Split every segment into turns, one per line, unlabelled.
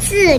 是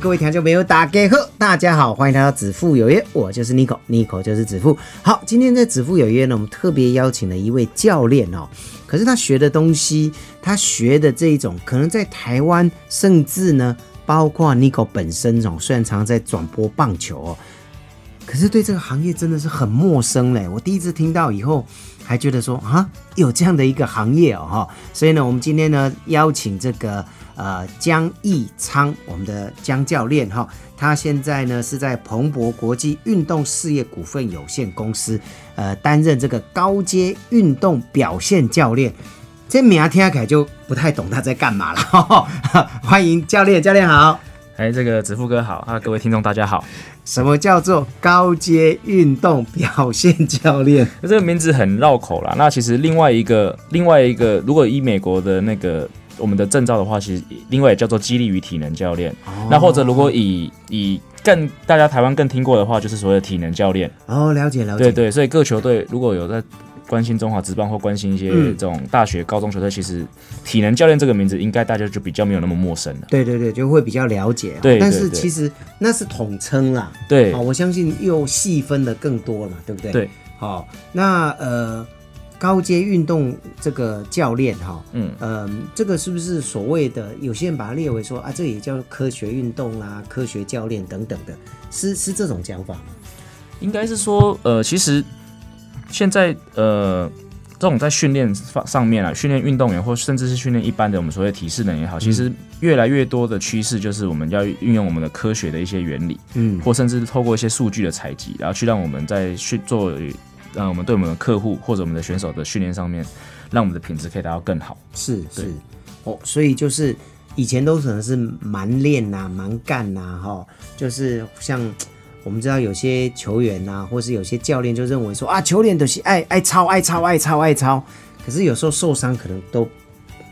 各位听众朋友，大家好，大家好，欢迎来到子父有约，我就是 Nico，Nico 就是子父。好，今天在子父有约呢，我们特别邀请了一位教练哦，可是他学的东西，他学的这一种，可能在台湾，甚至呢，包括 Nico 本身哦，虽然常常在转播棒球哦，可是对这个行业真的是很陌生嘞。我第一次听到以后，还觉得说啊，有这样的一个行业哦哈。所以呢，我们今天呢邀请这个呃江义昌，我们的江教练哈、他现在呢是在彭博国际运动事业股份有限公司呃担任这个高阶运动表现教练。这名听起来就不太懂他在干嘛了，哈哈欢迎教练，教练好。
哎，这个子富哥好啊，各位听众大家好。
什么叫做高阶运动表现教练？
这个名字很绕口啦。那其实另外一个，另外一个，如果以美国的那个我们的证照的话，其实另外也叫做激励与体能教练。
哦
那或者如果以以更大家台湾更听过的话，就是所谓的体能教练。
哦，了解了解，
对对，所以各球队如果有在关心中华职棒或关心一些
嗯
这种大学、高中球队，其实体能教练这个名字应该大家就比较没有那么陌生了。
对对对，就会比较了解。啊
对对
但是
对
其实那是统称啦。
对
好，我相信又细分的更多了，对不对？
对。
好、那呃，高阶运动这个教练哈、
嗯
呃，这个是不是所谓的有些人把它列为说啊，这也叫科学运动啦、科学教练等等的，是是这种讲法吗？
应该是说，呃，其实现在呃，这种在训练方上面啊，训练运动员或甚至是训练一般的我们所谓体适能也好，其实越来越多的趋势就是我们要运用我们的科学的一些原理，
嗯
或甚至是透过一些数据的采集，然后去让我们在去做，让我们对我们的客户或者我们的选手的训练上面，让我们的品质可以达到更好。
是
对
是，哦，所以就是以前都可能是蛮练呐、蛮干呐，哈，就是像我们知道有些球员呐、或是有些教练就认为说啊，球员都是爱爱操、爱操、爱操、爱操，可是有时候受伤可能都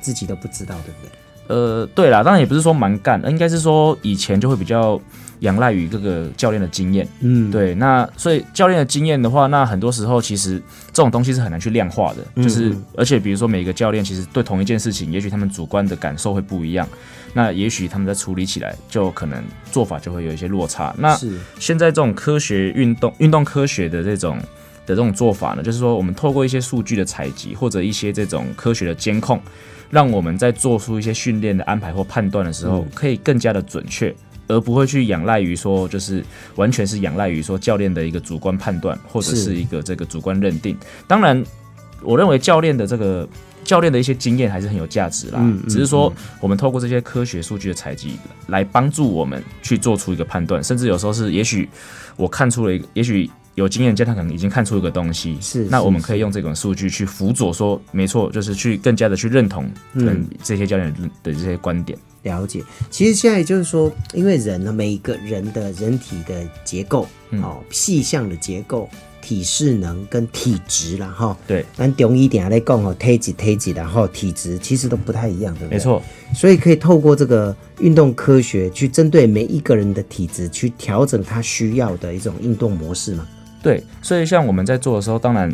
自己都不知道，对不对？
呃，对啦，当然也不是说蛮干，呃应该是说以前就会比较仰赖于各个教练的经验。
嗯，
对，那所以教练的经验的话，那很多时候其实这种东西是很难去量化的，就是、
嗯
而且比如说每个教练其实对同一件事情，也许他们主观的感受会不一样，那也许他们在处理起来就可能做法就会有一些落差。那
是
现在这种科学运动运动科学的这种的这种做法呢，就是说我们透过一些数据的采集或者一些这种科学的监控，让我们在做出一些训练的安排或判断的时候，可以更加的准确。而不会去仰赖于说，就是完全是仰赖于说教练的一个主观判断，或者
是
是一个这个主观认定。当然，我认为教练的这个教练的一些经验还是很有价值啦。
嗯嗯
只是说我们透过这些科学数据的采集，来帮助我们去做出一个判断，甚至有时候是，也许我看出了一个，也许有经验的教练可能已经看出一个东西，
是
那
是
我们可以用这种数据去辅佐说，没错，就是去更加的去认同嗯这些教练的的这些观点。
了解，其实现在就是说，因为人呢，每一个人的人体的结构，
嗯
哦，细项的结构、体适能跟体质啦，哈、
对，
咱中医点下来讲哦，体质、体质，然后体质其实都不太一样，对不对？
没，错，
所以可以透过这个运动科学去针对每一个人的体质去调整他需要的一种运动模式嘛。
对，所以像我们在做的时候，当然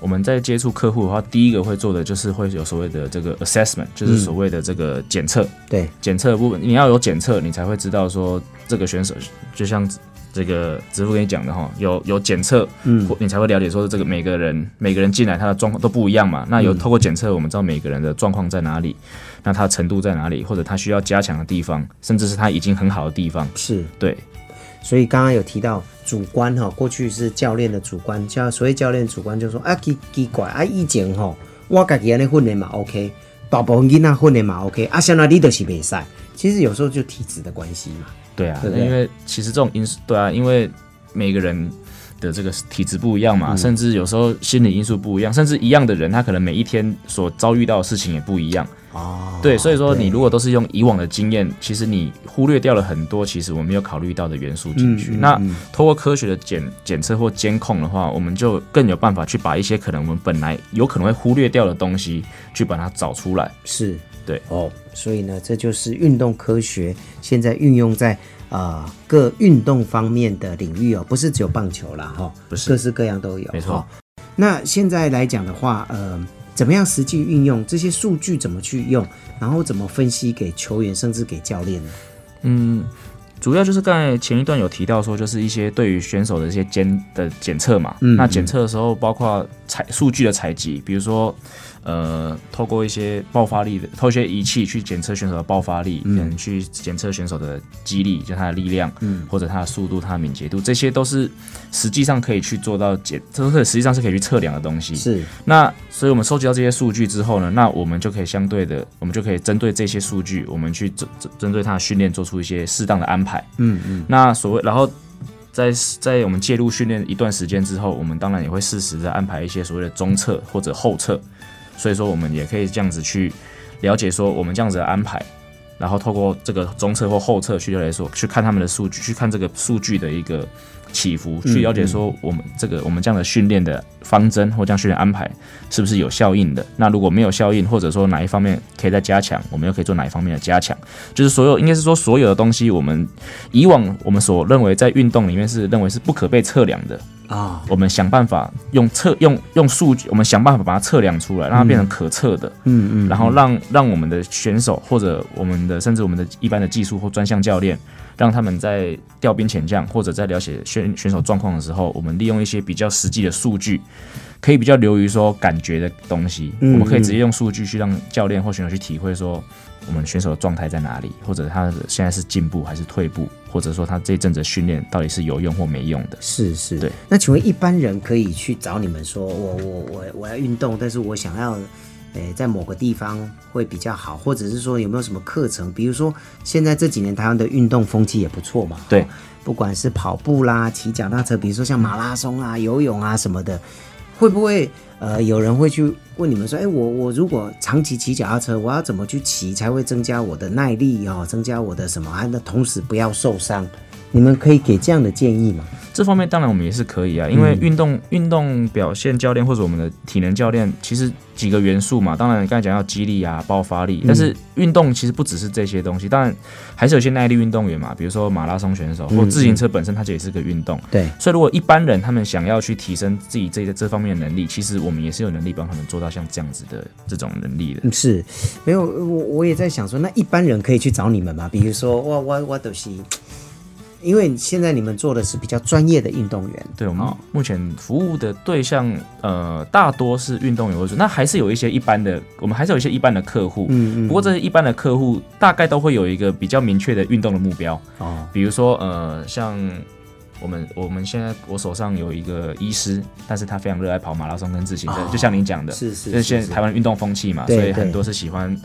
我们在接触客户的话，第一个会做的就是会有所谓的这个 assessment，就是
嗯
所谓的这个检测。
对，
检测的部分，你要有检测，你才会知道说这个选手，就像这个直播跟你讲的哈，有有检测，嗯，你才会了解说这个每个人每个人进来他的状况都不一样嘛。那有透过检测，我们知道每个人的状况在哪里，那他的程度在哪里，或者他需要加强的地方，甚至是他已经很好的地方。
是。
对，
所以刚刚有提到主观哈，过去是教练的主观，教所谓教练主观就说啊奇奇怪啊以前吼，我家己安尼训练嘛 OK，大部分囡仔训练嘛 OK，啊像那你都是袂使。其实有时候就体质的关系嘛。
对啊，
对不对
因为其实这种因素，对啊，因为每个人的这个体质不一样
嗯
嘛，甚至有时候心理因素不一样，甚至一样的人，他可能每一天所遭遇到的事情也不一样，
哦，
对，所以说
对
你如果都是用以往的经验，其实你忽略掉了很多其实我们没有考虑到的元素进去。
嗯嗯
那
嗯
通过科学的检检测或监控的话，我们就更有办法去把一些可能我们本来有可能会忽略掉的东西，去把它找出来。
是，
对
哦，所以呢，这就是运动科学现在运用在呃各运动方面的领域哦，不是只有棒球啦，哈、
不是
各式各样都有，
没错
哈那现在来讲的话，呃，怎么样实际运用这些数据，怎么去用，然后怎么分析给球员，甚至给教练呢？
嗯，主要就是刚才前一段有提到说，就是一些对于选手的一些监的检测嘛。
嗯
那检测的时候，包括采数据的采集，比如说，呃，透过一些爆发力的，透过一些仪器去检测选手的爆发力，
嗯
可能去检测选手的肌力，就他的力量，嗯，或者他的速度、他的敏捷度，这些都是实际上可以去做到检，都是实际上是可以去测量的东西。
是，
那所以我们收集到这些数据之后呢，那我们就可以相对的，我们就可以针对这些数据，我们去针针针对他的训练做出一些适当的安排。
嗯嗯，
那所谓，然后在在我们介入训练一段时间之后，我们当然也会适时的安排一些所谓的中测或者后测，所以说我们也可以这样子去了解说我们这样子的安排，然后透过这个中测或后测去了解说，去看他们的数据，去看这个数据的一个起伏，去了解说我们这个我们这样的训练的方针或这样训练安排是不是有效应的？那如果没有效应，或者说哪一方面可以再加强，我们又可以做哪一方面的加强？就是所有应该是说所有的东西，我们以往我们所认为在运动里面是认为是不可被测量的，
啊、
我们想办法用测用用数据，我们想办法把它测量出来，让它变成可测的，
嗯嗯，
然后让让我们的选手或者我们的甚至我们的一般的技术或专项教练，让他们在调兵遣将或者在了解选选手状况的时候，我们利用一些比较实际的数据，可以比较流于说感觉的东西，
嗯
我们可以直接用数据去让教练或选手去体会说。我们选手的状态在哪里，或者他的现在是进步还是退步，或者说他这一阵子的训练到底是有用或没用的。
是是，
对。
那请问一般人可以去找你们说，我我我我要运动，但是我想要，呃，在某个地方会比较好，或者是说有没有什么课程？比如说现在这几年台湾的运动风气也不错嘛，
对
哦不管是跑步啦、骑脚踏车，比如说像马拉松啊、游泳啊什么的，会不会呃有人会去问你们说，哎，我我如果长期骑脚踏车，我要怎么去骑才会增加我的耐力哦，增加我的什么啊？那同时不要受伤，你们可以给这样的建议吗？
这方面当然我们也是可以啊，因为运动、运动表现教练或者我们的体能教练，其实几个元素嘛，当然刚才讲到肌力啊、爆发力，但是运动其实不只是这些东西，当然还是有一些耐力运动员嘛，比如说马拉松选手或自行车本身，它这也是个运动。
对，
所以，如果一般人他们想要去提升自己这这方面的能力，其实我们也是有能力帮他们做到像这样子的这种能力的。
嗯是，没有我我也在想说，那一般人可以去找你们吗？比如说，我我我都是，因为现在你们做的是比较专业的运动员，
对我们
哦
目前服务的对象，呃，大多是运动员为主，那还是有一些一般的，我们还是有一些一般的客户，
嗯嗯
不过这些一般的客户大概都会有一个比较明确的运动的目标，
哦，
比如说呃，像我们我们现在我手上有一个医师，但是他非常热爱跑马拉松跟自行车，
哦
就像您讲的，
是是
就
是
是现在台湾运动风气嘛，
对
所
对
以很多是喜欢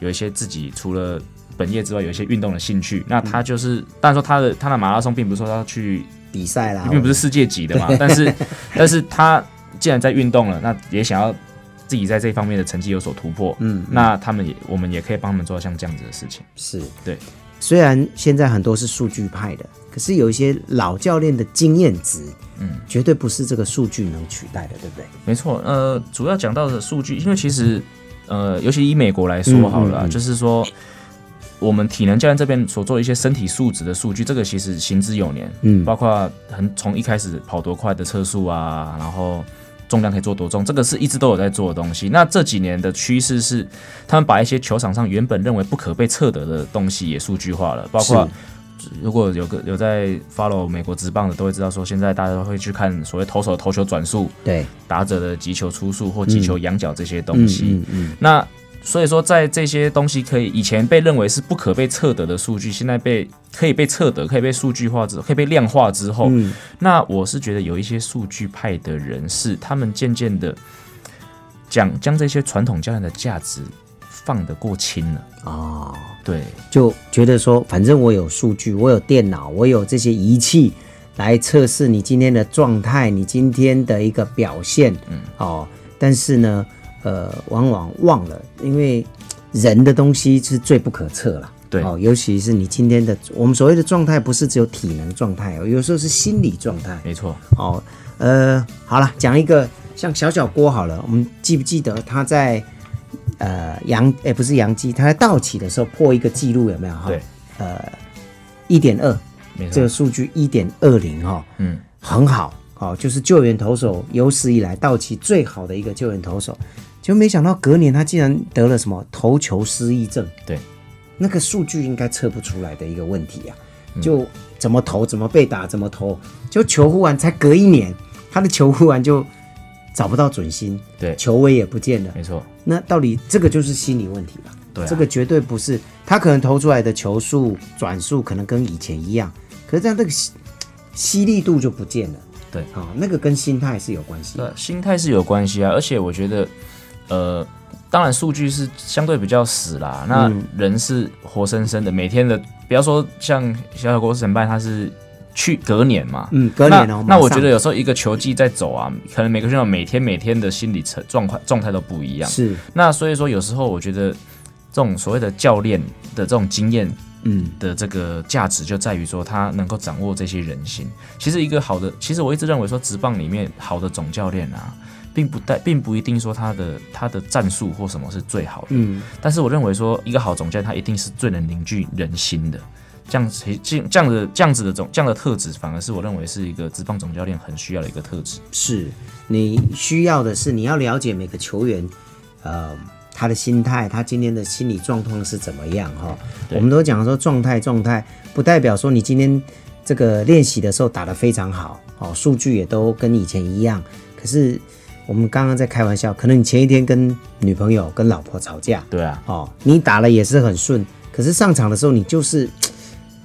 有一些自己除了本业之外有一些运动的兴趣，
嗯
那他就是，但说他的他的马拉松并不是说他去
比赛啦，
并不是世界级的嘛，但是但是他既然在运动了，那也想要自己在这方面的成绩有所突破，
嗯嗯
那他们也我们也可以帮他们做到像这样子的事情，
是
对。
虽然现在很多是数据派的，可是有一些老教练的经验值，嗯，绝对不是这个数据能取代的，对不对？
没错，呃，主要讲到的数据，因为其实呃，尤其以美国来说好了啊，
嗯嗯嗯
就是说。我们体能教练这边所做的一些身体素质的数据，这个其实行之有年，
嗯
包括很从一开始跑多快的测速啊，然后重量可以做多重，这个是一直都有在做的东西。那这几年的趋势是，他们把一些球场上原本认为不可被测得的东西也数据化了，包括如果有个有在 follow 美国职棒的，都会知道说，现在大家都会去看所谓投手的投球转速、
对，
打者的击球出速或击球仰角这些东
嗯
西。
嗯嗯，
那所以说，在这些东西可以以前被认为是不可被测得的数据，现在被可以被测得、可以被数据化之后、可以被量化之后，
嗯
那我是觉得有一些数据派的人士，他们渐渐的讲将这些传统教练的价值放得过轻了。
哦。
对，
就觉得说，反正我有数据，我有电脑，我有这些仪器来测试你今天的状态，你今天的一个表现，嗯，哦，但是呢，呃，往往忘了，因为人的东西是最不可测了。
对
哦，尤其是你今天的我们所谓的状态，不是只有体能状态哦，有时候是心理状态。
没错，
哦，呃，好了，讲一个像小小郭好了，我们记不记得他在呃杨哎、不是杨基，他在道奇的时候破一个记录有没有？哈
对，
一点二，
没
这
错
个，数据一点二零哈，
嗯，
很好哦，就是救援投手有史以来道奇最好的一个救援投手，结果没想到隔年他竟然得了什么投球失忆症，
对，
那个数据应该测不出来的一个问题啊，
嗯
就怎么投怎么被打怎么投，就球忽完才隔一年，他的球忽完就找不到准心，
对，
球威也不见了，
没错，
那到底这个就是心理问题吧？
对啊
这个绝对不是他可能投出来的球速、转速可能跟以前一样，可是这样那个吸犀利度就不见了。
对
啊、那个跟心态是有关系
对
的。，
心态是有关系啊，而且我觉得，呃，当然数据是相对比较死啦，那
嗯
人是活生生的，每天的，不要说像小小国神败，他是去隔年嘛，
嗯，隔年
那
哦，
那
马
我
上
觉得有时候一个球季在走啊，可能每个选手每天每天的心理层状况状态都不一样，
是，
那所以说有时候我觉得这种所谓的教练的这种经验
嗯，
的这个价值就在于说他能够掌握这些人心。其实一个好的，其实我一直认为说职棒里面好的总教练啊，并不代并不一定说他的他的战术或什么是最好的，
嗯，
但是我认为说一个好总教练他一定是最能凝聚人心的。这样其这这样的这样子的总这样的特质，反而是我认为是一个职棒总教练很需要的一个特质。
是你需要的是你要了解每个球员，呃，他的心态，他今天的心理状况是怎么样哈、
对
我们都讲说状态，状态不代表说你今天这个练习的时候打得非常好，哦，数据也都跟以前一样。可是我们刚刚在开玩笑，可能你前一天跟女朋友、跟老婆吵架，
对啊，
哦，你打了也是很顺，可是上场的时候你就是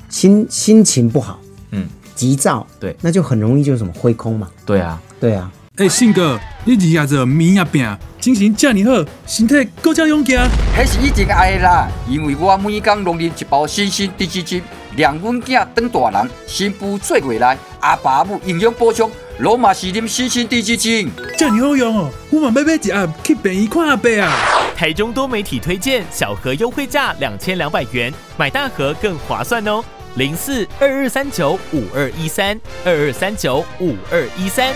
心心情不好，
嗯，
急躁，
对
那就很容易就什么挥空嘛，
对啊，
对啊。
哎、信哥，你一下子面啊饼，精神遮尼好，身体更加勇健。
迄是以前爱的啦，因为我每天拢啉一包新鲜低脂精，让阮囝当大人，新妇做未来，阿爸母营养补充，拢嘛是啉新鲜低脂精。
遮尼好用哦，我嘛要买一盒去病院看阿伯啊。
台中多媒体推荐小盒优惠价两千两百元，买大盒更划算哦。零四二二三九五二一三二二三九五二一三。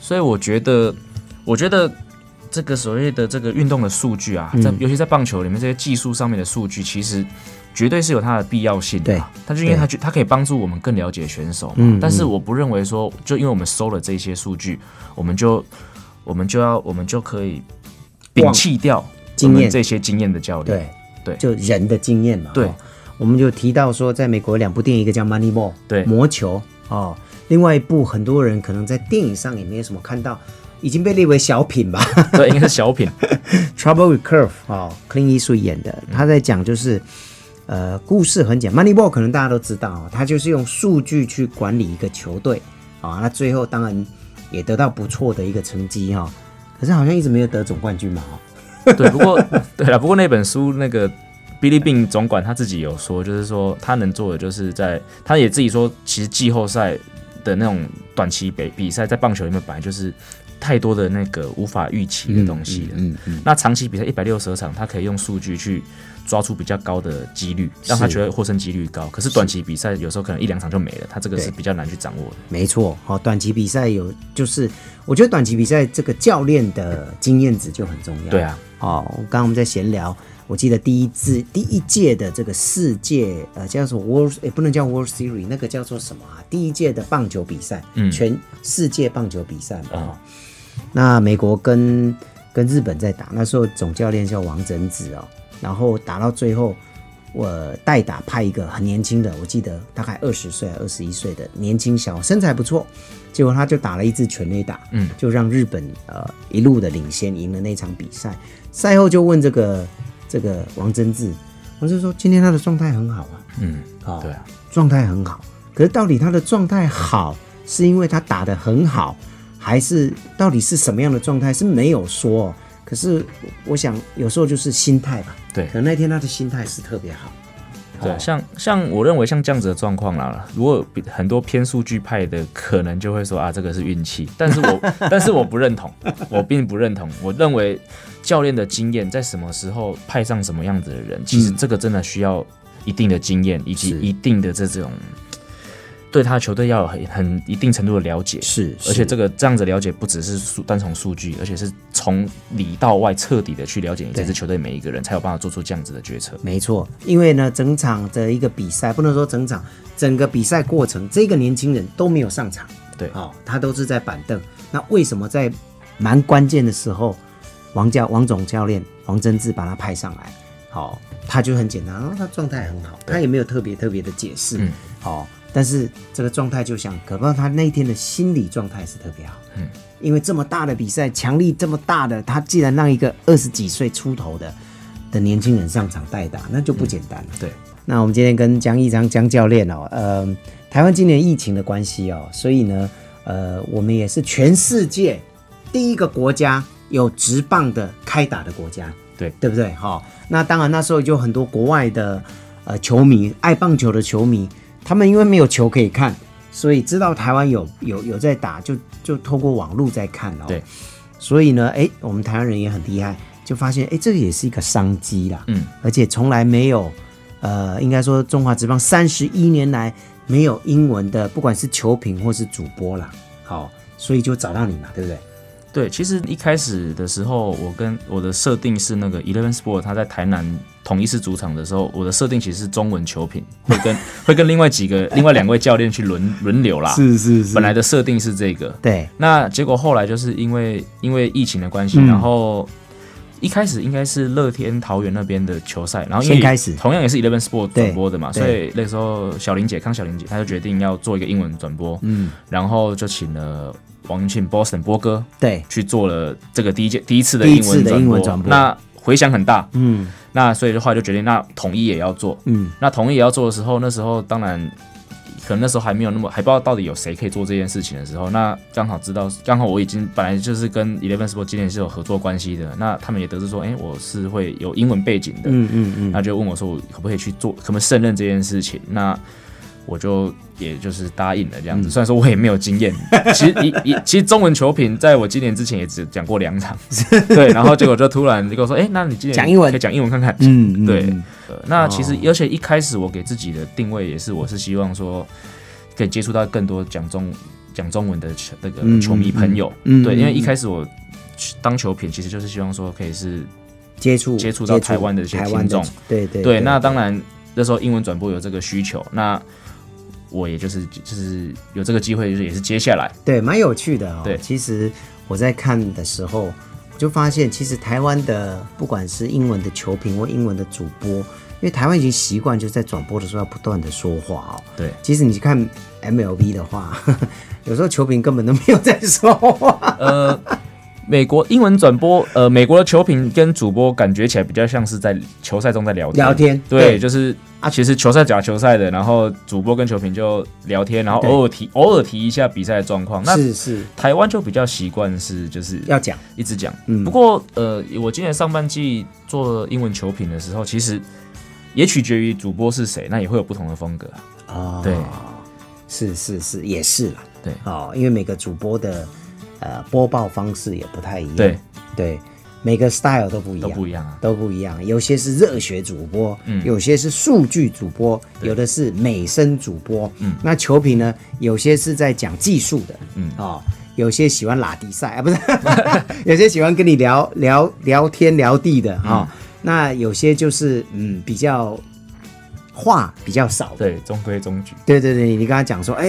所以我觉得，我觉得这个所谓的这个运动的数据
嗯
啊，在、尤其在棒球里面这些技术上面的数据，其实绝对是有它的必要性的、啊。它就因为它就它可以帮助我们更了解选手嘛。
嗯
但是我不认为说，就因为我们收了这些数据，我们就我们就要我们就可以摒弃掉
经验
我们这些经验的教练。
对
对
就人的经验嘛。
对
哦我们就提到说，在美国有两部电影，一个叫《Moneyball》，
对
魔球哦，另外一部很多人可能在电影上也没有什么看到，已经被列为小品吧。
对，应该是小品。
Trouble with Curve 哦，克林伊素演的，他在讲就是，呃，故事很简单，Moneyball 可能大家都知道、哦，他就是用数据去管理一个球队啊、哦，那最后当然也得到不错的一个成绩哈、哦，可是好像一直没有得总冠军嘛、哦，
对，不过 对啊了，不过那本书那个 Billy Bean 总管他自己有说，就是说他能做的就是在他也自己说，其实季后赛的那种短期比比赛在棒球里面本来就是太多的那个无法预期的东西了。
嗯嗯，
那长期比赛一百六十场，他可以用数据去抓出比较高的几率，让他
是
觉得获胜几率高。可是短期比赛有时候可能一两场就没了，他这个是
对
比较难去掌握的。
没错，好，短期比赛有就是，我觉得短期比赛这个教练的经验值就很重要。
对，啊，嗯
哦，刚刚我们在闲聊，我记得第一次第一届的这个世界呃叫做 World 也不能叫 World Series，那个叫做什么啊？第一届的棒球比赛，
嗯
全世界棒球比赛嘛。
嗯
哦，那美国跟跟日本在打，那时候总教练叫王贞治哦，然后打到最后。我代打派一个很年轻的，我记得大概二十岁、二十一岁的年轻小，身材不错，结果他就打了一支全垒打，
嗯
就让日本呃一路的领先，赢了那场比赛。赛后就问这个这个王贞治，王贞治说今天他的状态很好啊，
嗯，
哦
对啊，
状态很好。可是到底他的状态好，是因为他打得很好，还是到底是什么样的状态是没有说、哦？可是我想有时候就是心态吧，
对
可能那天他的心态是特别好，
对，像像我认为像这样子的状况啦，如果比很多偏数据派的可能就会说啊，这个是运气，但 是我但是我不认同，我并不认同，我认为教练的经验在什么时候派上什么样子的人，其实这个真的需要一定的经验以及
嗯是
一定的这种。对他的球队要有很很一定程度的了解，
是
而且这
个
个这样子了解不只是数单从数据，而且是从里到外彻底的去了解你这支球队每一个人，才有办法做出这样子的决策。
没错，因为呢，整场的一个比赛不能说整场，整个比赛过程，这个年轻人都没有上场，
对
哦，他都是在板凳。那为什么在蛮关键的时候，王教王总教练王贞治把他派上来？好、他就很简单，哦、他状态很好，他也没有特别特别的解释，
嗯
好、但是这个状态就像，可不，他那一天的心理状态是特别好，
嗯，
因为这么大的比赛，强力这么大的，他既然让一个二十几岁出头的的年轻人上场代打，那就不简单了。
嗯对，
那我们今天跟江一章江教练哦，呃，台湾今年疫情的关系哦，所以呢，呃，我们也是全世界第一个国家有直棒的开打的国家，
对
对不对？哈、那当然那时候就很多国外的呃球迷，爱棒球的球迷，他们因为没有球可以看，所以知道台湾有有有在打，就就透过网络在看哦。
对，
所以呢，哎，我们台湾人也很厉害，就发现哎，这个也是一个商机啦。
嗯，
而且从来没有，呃，应该说中华职棒三十一年来没有英文的，不管是球评或是主播啦。好，所以就找到你嘛，对不对？
对，其实一开始的时候，我跟我的设定是那个 Eleven Sport，他在台南统一是主场的时候，我的设定其实是中文球评，会跟会跟另外几个另外两位教练去轮轮流啦。
是
啊本来的设定是这个，
对，
那结果后来就是因为因为疫情的关系，
嗯
然后一开始应该是乐天桃园那边的球赛，然后因为
先开始
同样也是 Eleven Sport
对
转播的嘛，
对
所以那时候小玲姐康小玲姐她就决定要做一个英文转播，
嗯，
然后就请了王云庆 Boston 波哥
对，
去做了这个第一届第一次的
第一
英
次
文
的
转播，
英文转播
那回响很大，
嗯
那所以的话就决定那统一也要做，
嗯，
那统一也要做的时候，那时候当然可能那时候还没有那么还不知道到底有谁可以做这件事情的时候，那刚好知道，刚好我已经本来就是跟 Eleven Sport 今年是有合作关系的，那他们也得知说，哎、我是会有英文背景的，
嗯嗯嗯，
那就问我说，我可不可以去做，可不可以胜任这件事情？那我就也就是答应了这样
嗯
子，虽然说我也没有经验， 其实一一其实中文球评在我今年之前也只讲过两场， 对，然后结果就突然就跟我说，哎、那你今年
讲英文
可以讲英文看看，
嗯嗯
对
嗯，
呃那其实而且一开始我给自己的定位也是，我是希望说可以接触到更多讲中讲中文的球那
嗯
个球迷朋友，
嗯嗯
对，
嗯
因为一开始我去当球评其实就是希望说可以是
接触
接触到台湾的一些
台湾的
听众
对对
对，那当然那时候英文转播有这个需求，那我也就是就是有这个机会，就是也是接下来，
对，蛮有趣的哦。
对
其实我在看的时候，我就发现，其实台湾的不管是英文的球评或英文的主播，因为台湾已经习惯就是在转播的时候要不断的说话哦。
对
其实你去看 MLB 的话， 呵呵有时候球评根本都没有在说话。
呃。美国英文转播，呃，美国的球评跟主播感觉起来比较像是在球赛中在聊 天，
聊天
对，
对
就是啊，其实球赛讲球赛的，然后主播跟球评就聊天，然后
对
偶尔提偶尔提一下比赛的状况。那
是是，
台湾就比较习惯是就是
要讲
一直讲。
嗯
不过呃，我今年上半季做英文球评的时候，其实也取决于主播是谁，那也会有不同的风格啊。
哦，
对，
是是是，也是啦。
对
哦，因为每个主播的呃播报方式也不太一样。
对，
对，每个 style 都不一
都
样，
不一样啊。
都不一样，有些是热血主播，
嗯
有些是数据主播，有的是美声主播，嗯，那球评呢，有些是在讲技术的，
嗯
哦，有些喜欢拉迪赛啊，不是， 有些喜欢跟你聊聊聊天聊地的哈、
嗯
哦那有些就是嗯比较话比较少的，
对，中规 中矩。
对对对，你跟他讲说，哎，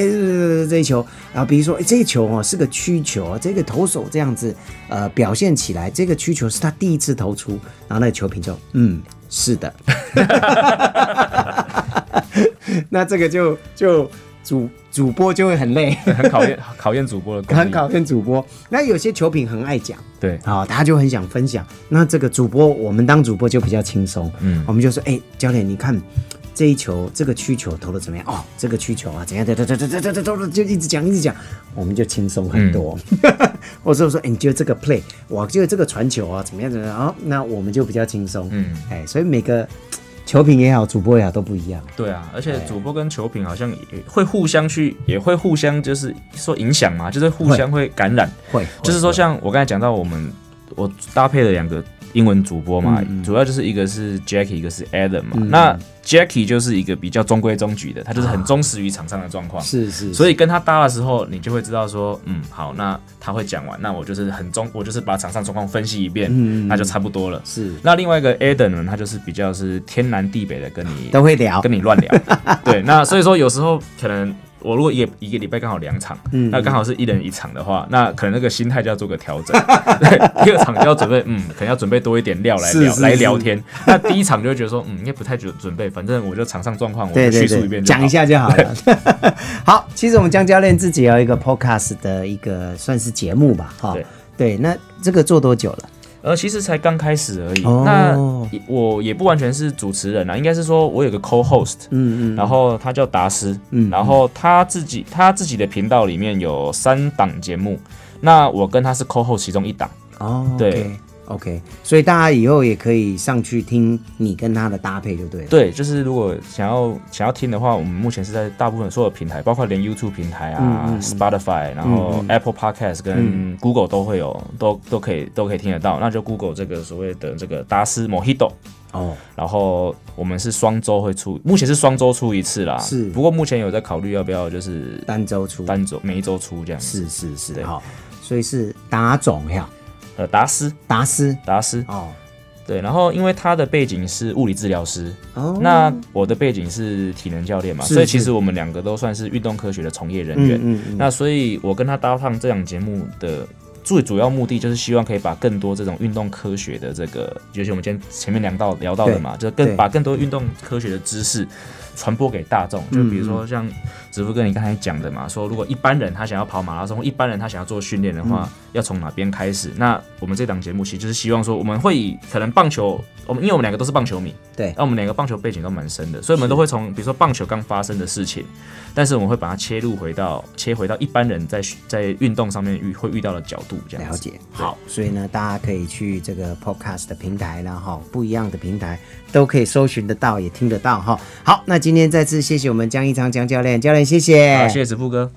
这一球，然后比如说，哎，这一球哦是个曲球，这个投手这样子，呃，表现起来，这个曲球是他第一次投出，然后那个球评就，嗯，是的， 那这个就就主主播就会很累，
很考验考验主播的功力。
很考验主播。那有些球评很爱讲，
对，
好、他就很想分享。那这个主播，我们当主播就比较轻松，
嗯
我们就说，哎、教练，你看这一球，这个曲球投的怎么样？哦，这个曲球啊，怎样？怎样怎样怎样怎样怎样就一直讲，一直讲，我们就轻松很多。或者说，哎、你觉得这个 play，我觉得这个传球啊，怎么样怎么样？哦，那我们就比较轻松。
嗯
哎，所以每个球评也好，主播也好都不一样。
对啊，而且主播跟球评好像也会互相去，也会互相就是说影响嘛，就是互相会感染。
会，
就是说，像我刚才讲到我们，我搭配了两个英文主播嘛，
嗯嗯
主要就是一个是 Jackie，一个是 Adam 嘛。
嗯
那 Jackie 就是一个比较中规中矩的，他就是很忠实于场上的状况。
是是，
所
以
以跟他搭的时候，你就会知道说，嗯，好，那他会讲完，那我就是很中，我就是把场上状况分析一
嗯
遍，
嗯嗯
那就差不多了。
是
那另外一个 Adam 呢，他就是比较是天南地北的跟你
都会聊
跟。你乱聊。 对，那所以说有时候可能我如果一个一个礼拜刚好两场，
嗯
那刚好是一人一场的话，那可能那个心态就要做个调整。 对，第二场就要准备，嗯，可能要准备多一点料来
是
聊
是
来
是
聊天。那第一场就会觉得说，嗯，应该不太准准备，反正我就场上状况我
对
就
对
叙述一
对，
遍，
讲一。下就好 了。好，其实我们江教练自己有一个 podcast 的一个算是节目吧，哈
对。
对，那这个做多久了？
呃，其实才刚开始而已。
哦
那也我也不完全是主持人啊，应该是说我有个 co-host，
嗯嗯，
然后他叫达斯，
嗯
然后他自己他自己的频道里面有三档节目，那我跟他是 co-host 其中一档，
哦，
对
OK，所以大家以后也可以上去听你跟他的搭配，就对了。
对，就是如果想要想要听的话，我们目前是在大部分所有平台，包括连 YouTube 平台
嗯
啊、Spotify，然后 Apple Podcast 跟 Google 都会有，都都可以都可以听得到。那就 Google 这个所谓的这个达斯 Mojito，
哦，
然后我们是双周会出，目前是双周出一次啦，
是
不过目前有在考虑要不要就是
单周出，
单周每一周出这样子。
是是是，
对
好，所以是达总呀，
呃，达斯
达斯
达斯，
哦
对，然后因为他的背景是物理治疗师，
哦，
那我的背景是体能教练嘛，
是
所以其
是
实我们两个都算是运动科学的从业人员。
嗯嗯嗯，
那所以，我跟他搭档这档节目的最主要目的，就是希望可以把更多这种运动科学的这个，就是我们今天前面聊到聊到的嘛，就是
对
更把更多运动科学的知识传播给大众。就比如说
嗯
像子富哥你刚才讲的嘛，说如果一般人他想要跑马拉松，一般人他想要做训练的
嗯
话，要从哪边开始？那我们这档节目其实就是希望说，我们会以可能棒球，我们因为我们两个都是棒球迷，
对
那我们两个棒球背景都蛮深的，所以我们都会从比如说棒球刚发生的事情，但是我们会把它切入回到切回到一般人在在运动上面遇会遇到的角度，这样
了
子。
解。
好，
所以呢，大家可以去这个 podcast 的平台啦，然后不一样的平台都可以搜寻得到，也听得到哈。好，那今天再次谢谢我们江一昌江教练，教练谢谢，
好，谢谢子富哥。